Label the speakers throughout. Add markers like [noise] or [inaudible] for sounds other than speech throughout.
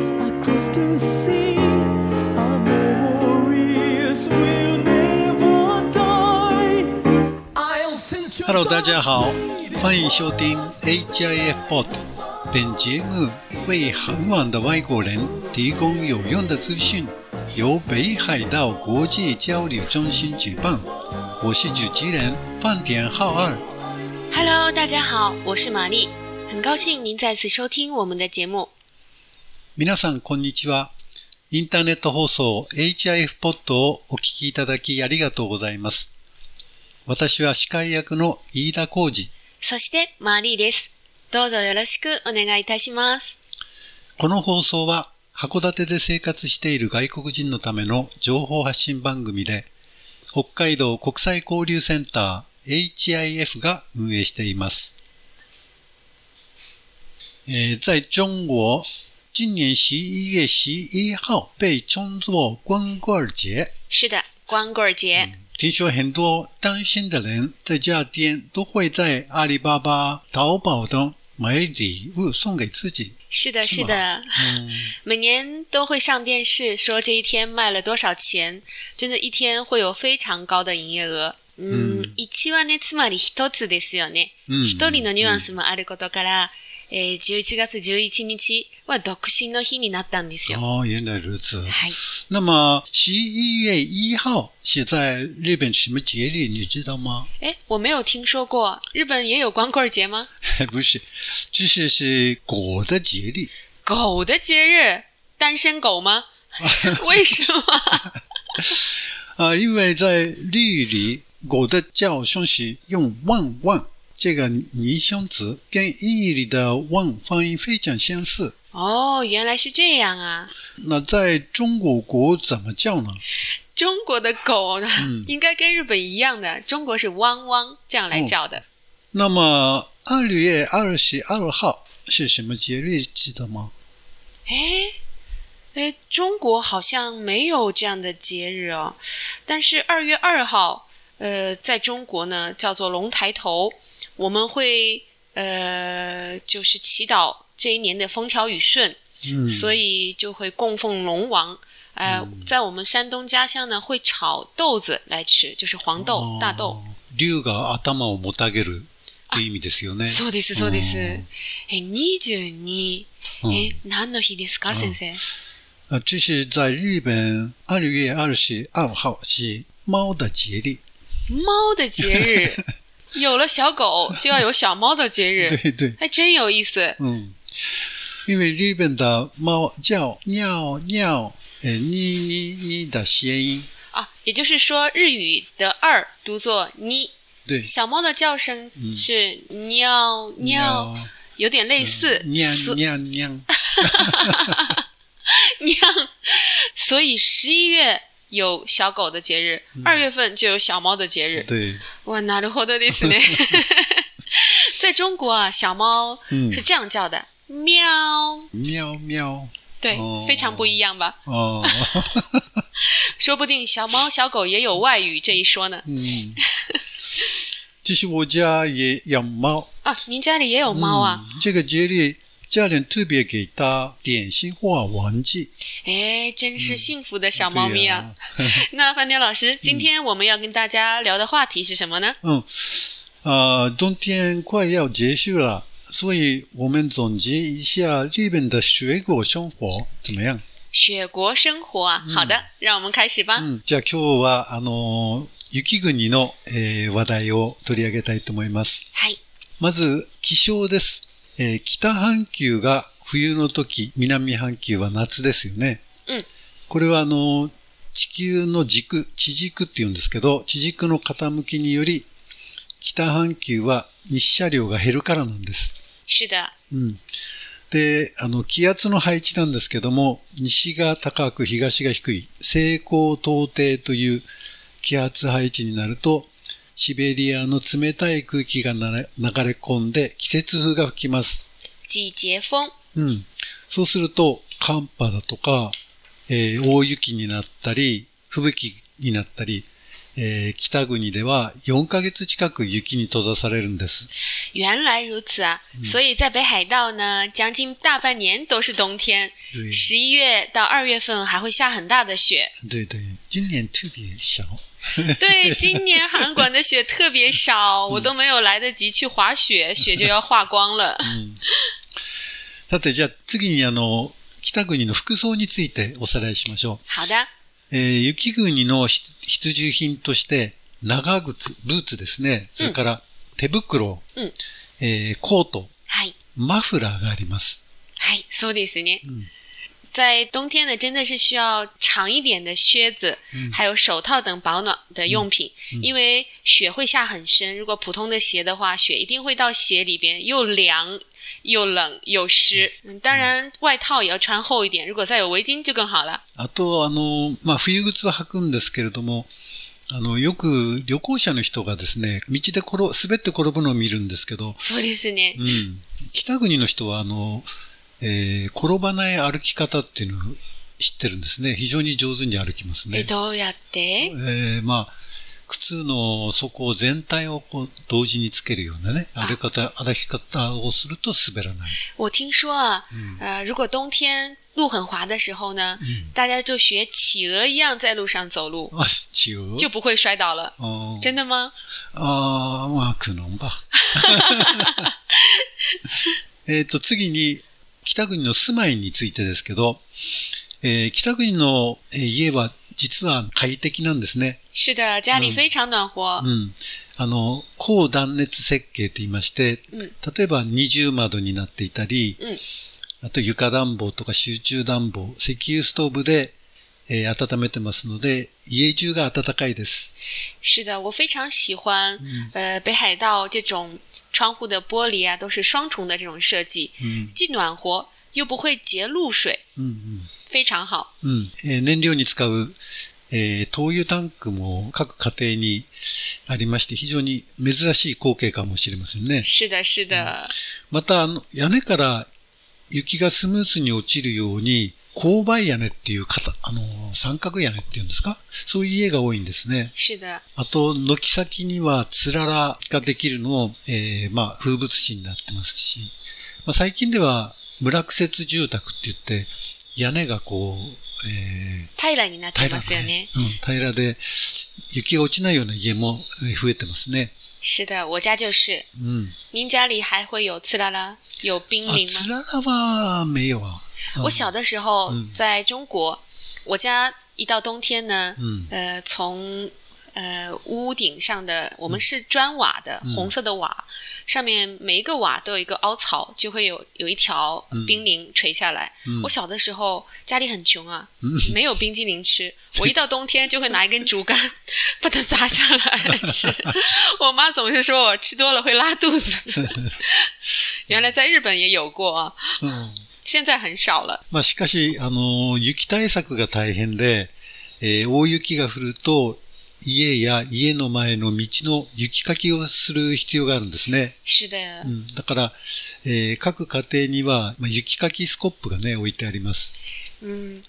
Speaker 1: eyes to see. Our memories will never die. I'll send you
Speaker 2: Hello，大家好
Speaker 1: those，
Speaker 2: 欢迎收听 HIF Pod。本节目为韩网的外国人提供有用的资讯，由北海道国际交流中心举办。我是主持人范田浩二。
Speaker 3: Hello，大家好，我是玛丽，很高兴您再次收听我们的节目。
Speaker 2: 皆さん、こんにちは。インターネット放送 HIF ポッドをお聞きいただきありがとうございます。私は司会役の飯田浩二。
Speaker 3: そして、マリーです。どうぞよろしくお願いいたします。
Speaker 2: この放送は函館で生活している外国人のための情報発信番組で、北海道国際交流センター HIF が運営しています。えー在中国、今年11月11号被称作光棍节。
Speaker 3: 是的，光棍节，
Speaker 2: 听说很多单身的人在家店都会在阿里巴巴、淘宝等买礼物送给自己。
Speaker 3: 是的，
Speaker 2: 是
Speaker 3: 是
Speaker 2: 吗
Speaker 3: 的，
Speaker 2: 嗯
Speaker 3: 每年都会上电视说这一天卖了多少钱，真的，一天会有非常高的营业额。嗯
Speaker 2: うん、
Speaker 3: 一はね、つまり一つですよね。
Speaker 2: うん
Speaker 3: 一人のニュアンスもあることから、えー11月11日は独身の日になったんですよ。
Speaker 2: 哦，原来如此。
Speaker 3: はい。
Speaker 2: 那么十一月一号是在日本什么节日？你知道吗？ [laughs]
Speaker 3: 哎，我没有听说过，日本也有光棍节吗？
Speaker 2: 不是，就是是狗的节日。
Speaker 3: 狗的节日，单身狗吗？ [laughs] 为什么？
Speaker 2: 啊、因为在日语里，狗的叫声时用“汪汪”这个拟声词，跟英语里的“汪”发音非常相似。
Speaker 3: 哦，原来是这样啊！
Speaker 2: 那在中国国怎么叫呢？
Speaker 3: 中国的狗呢，
Speaker 2: 嗯
Speaker 3: 应该跟日本一样的，中国是汪汪这样来叫的。
Speaker 2: 那么二月二十二号是什么节日？记得吗？
Speaker 3: 哎、哎，中国好像没有这样的节日哦，但是二月二号，呃，在中国呢叫做龙抬头，我们会呃就是祈祷这一年的风调雨顺。
Speaker 2: 嗯，
Speaker 3: 所以就会供奉龙王。呃，在我们山东家乡呢，会炒豆子来吃，就是黄豆、大豆。
Speaker 2: 哦竜が頭をもたげるっていう意味ですよね。
Speaker 3: そうです、そうです。
Speaker 2: 哦
Speaker 3: 哎え、二十二、
Speaker 2: うん
Speaker 3: え、哎何の日
Speaker 2: 嗯
Speaker 3: ですか、先生？
Speaker 2: 呃，这是在日本二月二十二号是猫的节日。
Speaker 3: 猫的节
Speaker 2: [laughs]
Speaker 3: 日，有了小狗就要有小猫的节日，
Speaker 2: 对对，
Speaker 3: 还真有意思。
Speaker 2: 嗯，因为日本的猫叫尿尿，呃，你你你的谐音，
Speaker 3: 啊，也就是说，日语的二读作ni，
Speaker 2: 嗯对，
Speaker 3: 小猫的叫声
Speaker 2: 嗯
Speaker 3: 是喵喵，有点类似，
Speaker 2: 尿
Speaker 3: 所
Speaker 2: 尿
Speaker 3: [laughs]
Speaker 2: 尿，
Speaker 3: 娘，所以十一月有小狗的节日，二、月份就有小猫的节日。
Speaker 2: 嗯对，
Speaker 3: 哇，なるほどですね。 [laughs] 在中国啊，小猫
Speaker 2: 嗯
Speaker 3: 是这样叫的，喵，
Speaker 2: 喵喵，
Speaker 3: 对，
Speaker 2: 哦
Speaker 3: 非常不一样吧？
Speaker 2: 哦，
Speaker 3: 说不定小猫小狗也有外语这一说呢。
Speaker 2: 嗯，其实我家也养猫。
Speaker 3: 啊，您家里也有猫啊？
Speaker 2: 嗯这个节日，家人特别给它点心或玩具。
Speaker 3: 哎、真是幸福的小猫咪啊！
Speaker 2: 嗯对呀
Speaker 3: 那范天老师，今天我们要跟大家聊的话题是什么呢？
Speaker 2: 嗯，呃，冬天快要结束了，所以我们总结一下日本的水果生活怎么样？
Speaker 3: 雪国生活
Speaker 2: 嗯
Speaker 3: 啊，好的，让我们开始吧。
Speaker 2: うん、じゃあ今日はあの雪国の、えー話題を取り上げたいと思います。
Speaker 3: 嗨、
Speaker 2: まず、気象です。えー北半球が冬の時、南半球は夏ですよね。
Speaker 3: うん
Speaker 2: これはあの、地球の軸、地軸って言うんですけど、地軸の傾きにより、北半球は日射量が減るからなんです。
Speaker 3: 是的，
Speaker 2: うん。で、あの、気圧の配置なんですけども、西が高く東が低い、西高東低という気圧配置になると、シベリアの冷たい空気がなれ流れ込んで季節風が吹きます。
Speaker 3: 季节风。
Speaker 2: うん。そうすると、寒波だとか、えー大雪になったり、吹雪になったり、えー北国では4ヶ月近く雪に閉ざされるんです。
Speaker 3: 原来如此啊！所以在北海道呢，将近大半年都是冬天，
Speaker 2: 对
Speaker 3: 十一月到二月份还会下很大的雪。
Speaker 2: 对对，今年特别小。
Speaker 3: 对，今年韩馆的雪特别少，我都没有来得及去滑雪，雪就要化光了。
Speaker 2: さて、じゃあ次にあの、北国の服装についておさらいしましょ
Speaker 3: 好的，
Speaker 2: う。えー雪国の必必需品として、長靴、ブーツですね。それから手袋、
Speaker 3: うん
Speaker 2: えーコート、
Speaker 3: 嗨
Speaker 2: マフラーがあります。
Speaker 3: 嗨，そうですね。
Speaker 2: 嗯
Speaker 3: 在冬天呢，真的是需要长一点的靴子，
Speaker 2: 嗯
Speaker 3: 还有手套等保暖的用品，
Speaker 2: 嗯
Speaker 3: 因为雪会下很深。如果普通的鞋的话，雪一定会到鞋里边，又凉又冷又湿。嗯，当然外套也要穿厚一点，如果再有围巾就更好了。
Speaker 2: あと、あの、まあ、冬靴は履くんですけれども、あの、よく旅行者の人がですね、道で転、滑って転ぶのを見るんですけど、
Speaker 3: そうですね
Speaker 2: う。ん。北国の人は、あの、えー転ばない歩き方っていうのを知ってるんですね。非常に上手に歩きます
Speaker 3: え、
Speaker 2: ね。
Speaker 3: どうやって？
Speaker 2: えーまあ、靴の底全体をこう同時につけるようなね、
Speaker 3: あ
Speaker 2: 歩き方、歩き方をすると滑らない。
Speaker 3: 我听说啊，
Speaker 2: 嗯
Speaker 3: 呃，如果冬天路很滑的时候呢，大家就学企鹅一样在路上走路，
Speaker 2: あ、一応。
Speaker 3: 就不会摔倒了。
Speaker 2: あー
Speaker 3: 真的吗？
Speaker 2: あー、まあ、可能吧。 [laughs] えっと、次に、北国の住まいについてですけど、えー北国のえー家は実は快適なんですね。
Speaker 3: 是的，家里非常暖和。
Speaker 2: うん。あの、高断熱設計と言いまして、
Speaker 3: うん
Speaker 2: 例えば二重窓になっていたり、
Speaker 3: うん
Speaker 2: あと床暖房とか集中暖房、石油ストーブで、えー温めてますので、家中が暖かいです。
Speaker 3: 是的，我非常喜欢
Speaker 2: 嗯，
Speaker 3: 呃，北海道这种窗户的玻璃啊，都是双重的这种设计，
Speaker 2: うん、
Speaker 3: 既暖和又不会结露水，
Speaker 2: うん、うん。
Speaker 3: 非常好。
Speaker 2: うん。えー燃料に使う、えー灯油タンクも各家庭にありまして、非常に珍しい光景かもしれませんね。
Speaker 3: 是的，是的，
Speaker 2: また、あの、屋根から雪がスムーズに落ちるように、勾配屋根っていう方、あのー、三角屋根っていうんですかそういう家が多いんですね。
Speaker 3: 是的，
Speaker 2: あと、軒先にはつららができるのを、えーまあ、風物詩になってますし、まあ、最近では、村苦節住宅って言って、屋根がこう、えー
Speaker 3: 太らになって
Speaker 2: 平ら
Speaker 3: ますよね。
Speaker 2: うん、平らで、雪が落ちないような家もえー増えてますね。
Speaker 3: 是的，我家就是。
Speaker 2: うん。
Speaker 3: 您家里还会有刺啦啦，有冰
Speaker 2: あ、
Speaker 3: 凌吗
Speaker 2: つ？ららは、没有啊。あ
Speaker 3: 我小的时候
Speaker 2: 嗯
Speaker 3: 在中国，我家一到冬天呢，
Speaker 2: うん。
Speaker 3: 呃，从呃屋顶上的，我们是砖瓦的，
Speaker 2: 嗯
Speaker 3: 红色的瓦，上面每一个瓦都有一个凹槽，就会有有一条
Speaker 2: 嗯
Speaker 3: 冰凌垂下来。
Speaker 2: 嗯
Speaker 3: 我小的时候家里很穷啊，
Speaker 2: 嗯
Speaker 3: 没有冰激凌吃， [laughs] 我一到冬天就会拿一根竹竿 [laughs] 把它砸下来
Speaker 2: [laughs]
Speaker 3: 吃。我妈总是说我吃多了会拉肚子。 [laughs] 原来在日本也有过啊，
Speaker 2: うん
Speaker 3: 现在很少了。
Speaker 2: まあ、しかし、あの、雪対策が大変で、えー大雪が降ると、家や家の前の道の雪かきをする必要があるんですね。
Speaker 3: 是的
Speaker 2: う，ん、だから、えー各家庭には、まあ、雪かきスコップがね、置いてあります。
Speaker 3: 嗯，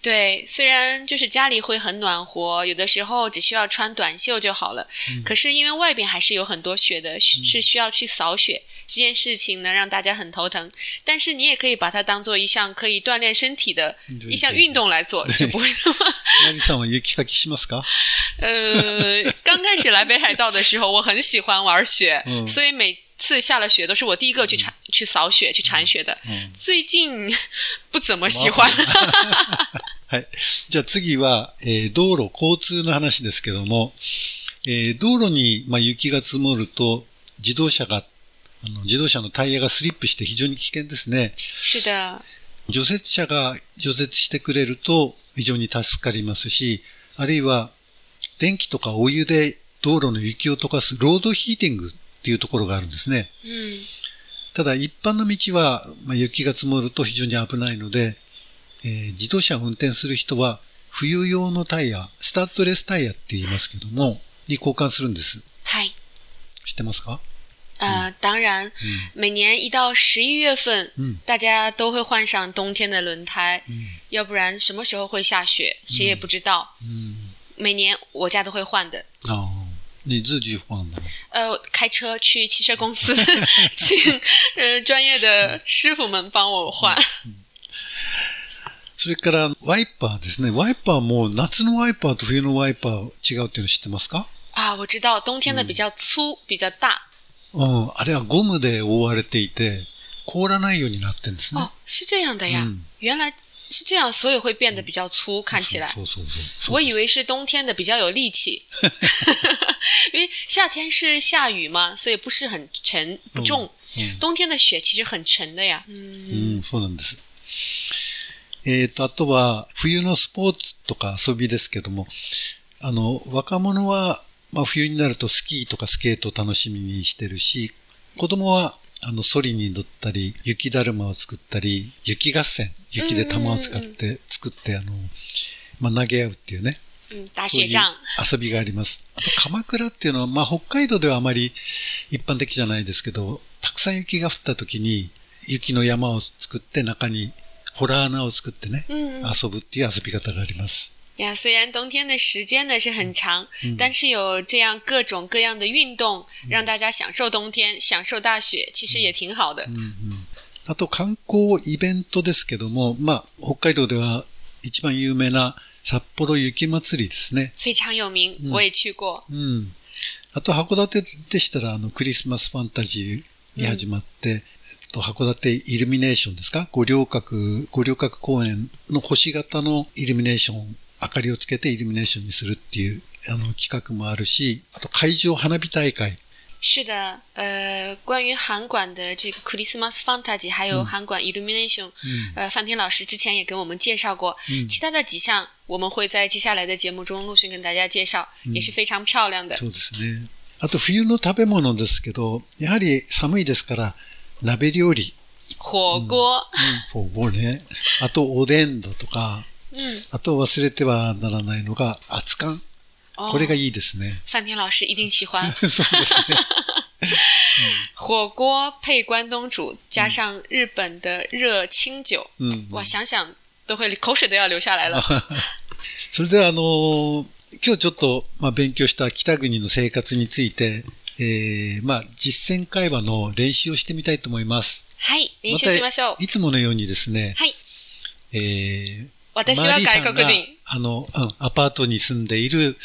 Speaker 3: 对，虽然就是家里会很暖和，有的时候只需要穿短袖就好了。
Speaker 2: 嗯
Speaker 3: 可是因为外边还是有很多雪的，是是需要去扫雪这件事情呢，让大家很头疼。但是你也可以把它当做一项可以锻炼身体的
Speaker 2: 嗯对
Speaker 3: 一项
Speaker 2: 对
Speaker 3: 运动来做，就不会
Speaker 2: [laughs]
Speaker 3: 那么。
Speaker 2: マリさんは雪かきしますか
Speaker 3: 呃，刚开始来北海道的时候，我很喜欢玩雪，
Speaker 2: [laughs] 嗯
Speaker 3: 所以每次下了雪都是我第一个去铲、去扫雪、去铲雪的。
Speaker 2: うん
Speaker 3: 最近不怎么喜欢。 [laughs]
Speaker 2: はい。じゃあ次は、えー道路交通の話ですけども、えー道路に、まあ、雪が積もると、自動車が、あの自動車のタイヤがスリップして非常に危険ですね。
Speaker 3: 是的，
Speaker 2: 除雪車が除雪してくれると非常に助かりますし、あるいは電気とかお湯で道路の雪を溶かすロードヒーティングっていうところがあるんですね。
Speaker 3: 嗯。
Speaker 2: ただ一般の道は、まあ、雪が積もると非常に危ないので、えー自動車を運転する人は冬用のタイヤ、スタッドレスタイヤって言いますけども、に交換するんです。
Speaker 3: 嗨，
Speaker 2: 知ってますか
Speaker 3: 呃，当然，每年一到十一月份，
Speaker 2: 嗯
Speaker 3: 大家都会换上冬天的轮胎，
Speaker 2: うん。嗯
Speaker 3: 要不然什么时候会下雪，谁也不知道。
Speaker 2: うん。
Speaker 3: 每年我家都会换的。
Speaker 2: 哦，你自己放的，
Speaker 3: 呃，开车去汽车
Speaker 2: [laughs]
Speaker 3: 公司，请呃专业的师傅们帮我换。
Speaker 2: 嗯それからワイパーですね。ワイパーも夏のワイパーと冬のワイパー違うっていうの知ってますか
Speaker 3: 啊，我知道冬天的比较
Speaker 2: 嗯
Speaker 3: 粗，比较大。
Speaker 2: うん。あれはゴムで覆われていて、凍らないようになってるんですね。
Speaker 3: 哦，是这样的呀，
Speaker 2: 嗯
Speaker 3: 原来是这样，所以会变得比较粗，看起来。
Speaker 2: そうそうそうそう。
Speaker 3: 我以为是冬天的比较有力气， [laughs] 因为夏天是下雨嘛，所以不是很沉不重。
Speaker 2: 嗯
Speaker 3: 冬天的雪其实很沉的呀。
Speaker 2: うん、
Speaker 3: 嗯，
Speaker 2: そうなんです。えっ、と、あとは、冬のスポーツとか遊びですけども、あの、若者は、まあ、冬になるとスキーとかスケートを楽しみにしてるし、子供は、あの、ソリに乗ったり、雪だるまを作ったり、雪合戦、雪で玉を使って、作って、あの、まあ、投げ合うっていうね、
Speaker 3: 嗯打
Speaker 2: そうい
Speaker 3: 雪
Speaker 2: う
Speaker 3: 仗。
Speaker 2: 遊びがあります。あと、鎌倉っていうのは、まあ、北海道ではあまり一般的じゃないですけど、たくさん雪が降った時に、雪の山を作って中に、ホラー穴を作ってね、
Speaker 3: 嗯，嗯
Speaker 2: 遊ぶっていう遊び方があります。
Speaker 3: 呀，虽然冬天的时间呢是很长，但是有这样各种各样的运动，让大家享受冬天，享受大雪，其实也挺好
Speaker 2: 嗯
Speaker 3: 的。
Speaker 2: あと、観光イベントですけども、まあ、北海道では一番有名な札幌雪まつりですね。
Speaker 3: 非常有名，我也去过。
Speaker 2: うん。あと、函館でしたら、あの、クリスマスファンタジーに始まって、えっと、函館イルミネーションですか五稜郭、五稜郭公園の星型のイルミネーション、明かりをつけてイルミネーションにするっていう、あの、企画もあるし、あと、会場花火大会。
Speaker 3: 是的，呃，关于韩馆的这个 Christmas Fantasy，还有韩馆 Illumination，、
Speaker 2: うん。
Speaker 3: 呃，范天老师之前也给我们介绍过，
Speaker 2: 嗯
Speaker 3: 其他的几项我们会在接下来的节目中陆续跟大家介绍，也是非常漂亮的。
Speaker 2: そうですね。あと、冬の食べ物ですけど、やはり寒いですから、鍋料理。
Speaker 3: 火锅，
Speaker 2: そう、もうね。あと、おでんだとか、
Speaker 3: 嗯，
Speaker 2: あと忘れてはならないのが、熱燗。
Speaker 3: 哦
Speaker 2: これがいいですね。。
Speaker 3: 范天老师一定喜 [laughs] 欢
Speaker 2: [laughs] そうですね。
Speaker 3: 火锅配关东煮，加上日本的热清酒，
Speaker 2: うん。
Speaker 3: 哇，想想都会口水都要流下来了。
Speaker 2: それでは、あのー今日ちょっと、まあ、勉強した北国の生活について、えーまあ、実践会話の練習をしてみたいと思います。
Speaker 3: はい、練習しましょう。
Speaker 2: いつものようにですね、
Speaker 3: はい、
Speaker 2: えー、
Speaker 3: 私は
Speaker 2: マーリーさんが
Speaker 3: 外国人。
Speaker 2: あの、うん、アパートに住んでいる、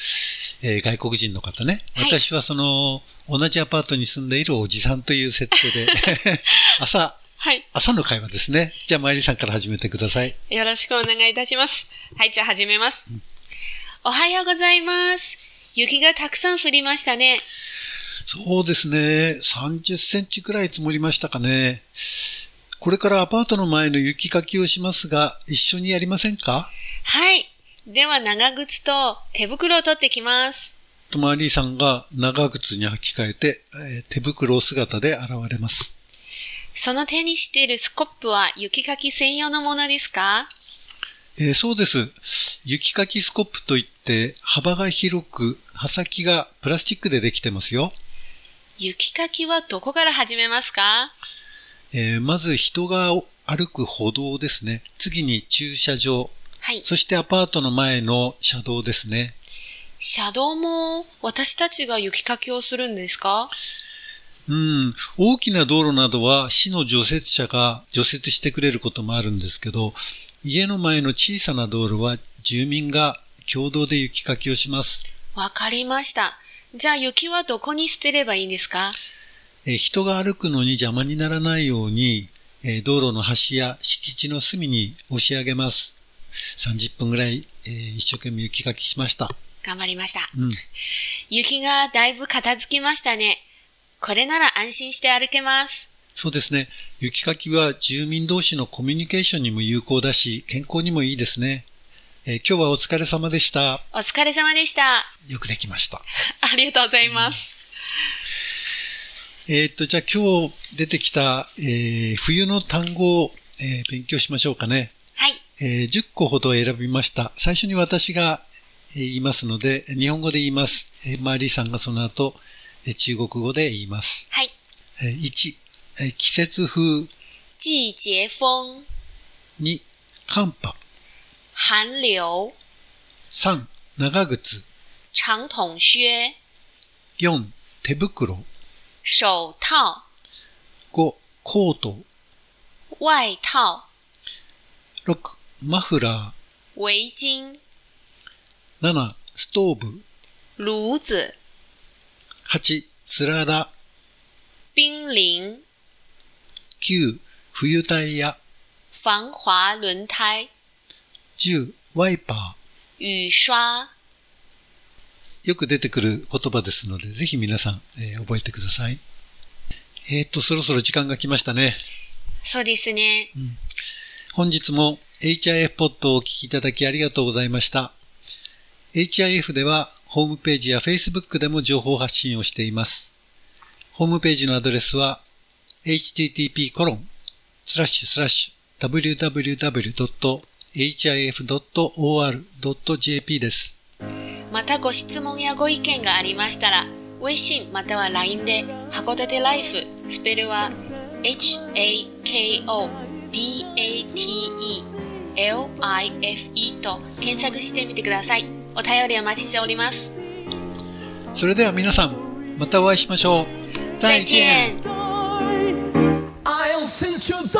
Speaker 2: えー外国人の方ね。
Speaker 3: はい
Speaker 2: 私はその、同じアパートに住んでいるおじさんという設定で、
Speaker 3: [laughs]
Speaker 2: 朝、
Speaker 3: はい、
Speaker 2: 朝の会話ですね。じゃあ、マイリーさんから始めてください。
Speaker 3: よろしくお願いいたします。はい、じゃあ始めます。おはようございます。雪がたくさん降りましたね。
Speaker 2: そうですね。30センチくらい積もりましたかね。これからアパートの前の雪かきをしますが、一緒にやりませんか
Speaker 3: はい。では長靴と手袋を取ってきます。
Speaker 2: とマーリーさんが長靴に履き替えて、えー手袋姿で現れます。
Speaker 3: その手にしているスコップは雪かき専用のものですか
Speaker 2: えーそうです。雪かきスコップといって、幅が広く、刃先がプラスチックでできてますよ。
Speaker 3: 雪かきはどこから始めますか
Speaker 2: えーまず人が歩く歩道ですね。次に駐車場。
Speaker 3: はい。
Speaker 2: そしてアパートの前の車道ですね。
Speaker 3: 車道も私たちが雪かきをするんですか
Speaker 2: うん。大きな道路などは市の除雪車が除雪してくれることもあるんですけど、家の前の小さな道路は住民が共同で雪かきをします。
Speaker 3: わかりました。じゃあ雪はどこに捨てればいいんですか
Speaker 2: えー人が歩くのに邪魔にならないように、えー道路の端や敷地の隅に押し上げます。30分ぐらい、えー一生懸命雪かきしました。
Speaker 3: 頑張りました。
Speaker 2: うん。
Speaker 3: 雪がだいぶ片付きましたね。これなら安心して歩けます。
Speaker 2: そうですね。雪かきは住民同士のコミュニケーションにも有効だし、健康にもいいですね。えー今日はお疲れ様でした。
Speaker 3: お疲れ様でした。
Speaker 2: よくできました。
Speaker 3: ありがとうございます。
Speaker 2: えーっと、じゃあ今日出てきた、えー冬の単語を、えー勉強しましょうかね。
Speaker 3: はい。
Speaker 2: えー10個ほど選びました。最初に私が、えー言いますので、日本語で言います。えーマーリーさんがその後、えー中国語で言います。
Speaker 3: はい。
Speaker 2: えー1、えー季節風。
Speaker 3: 季節風、
Speaker 2: 2、寒波。
Speaker 3: 寒流、
Speaker 2: 3、長靴。
Speaker 3: 长筒靴、
Speaker 2: 4、手袋。
Speaker 3: 手套、
Speaker 2: 5、コート。
Speaker 3: 外套、
Speaker 2: 6、マフラ
Speaker 3: 围巾、
Speaker 2: ー。7、ストーブ。
Speaker 3: 炉子、
Speaker 2: 8、つらら。
Speaker 3: 冰凌、
Speaker 2: 9、冬タイヤ。
Speaker 3: 防滑轮胎、
Speaker 2: 10、ワイパ
Speaker 3: 雨刷。
Speaker 2: ー。よく出てくる言葉ですので、ぜひ皆さん、えー覚えてください。えーっと、そろそろ時間が来ましたね。
Speaker 3: そうですね。
Speaker 2: 本日も HIF ポッドをお聞きいただきありがとうございました。HIF ではホームページや Facebook でも情報発信をしています。ホームページのアドレスは http://www.hif.or.jp です。
Speaker 3: またご質問やご意見がありましたら、微信または LINE で、函館ライフ、スペルは HAKODATE LIFE と検索してみてください。お便りお待ちしております。
Speaker 2: それでは皆さん、またお会いしましょう。
Speaker 3: 再见。
Speaker 1: I'll send you die.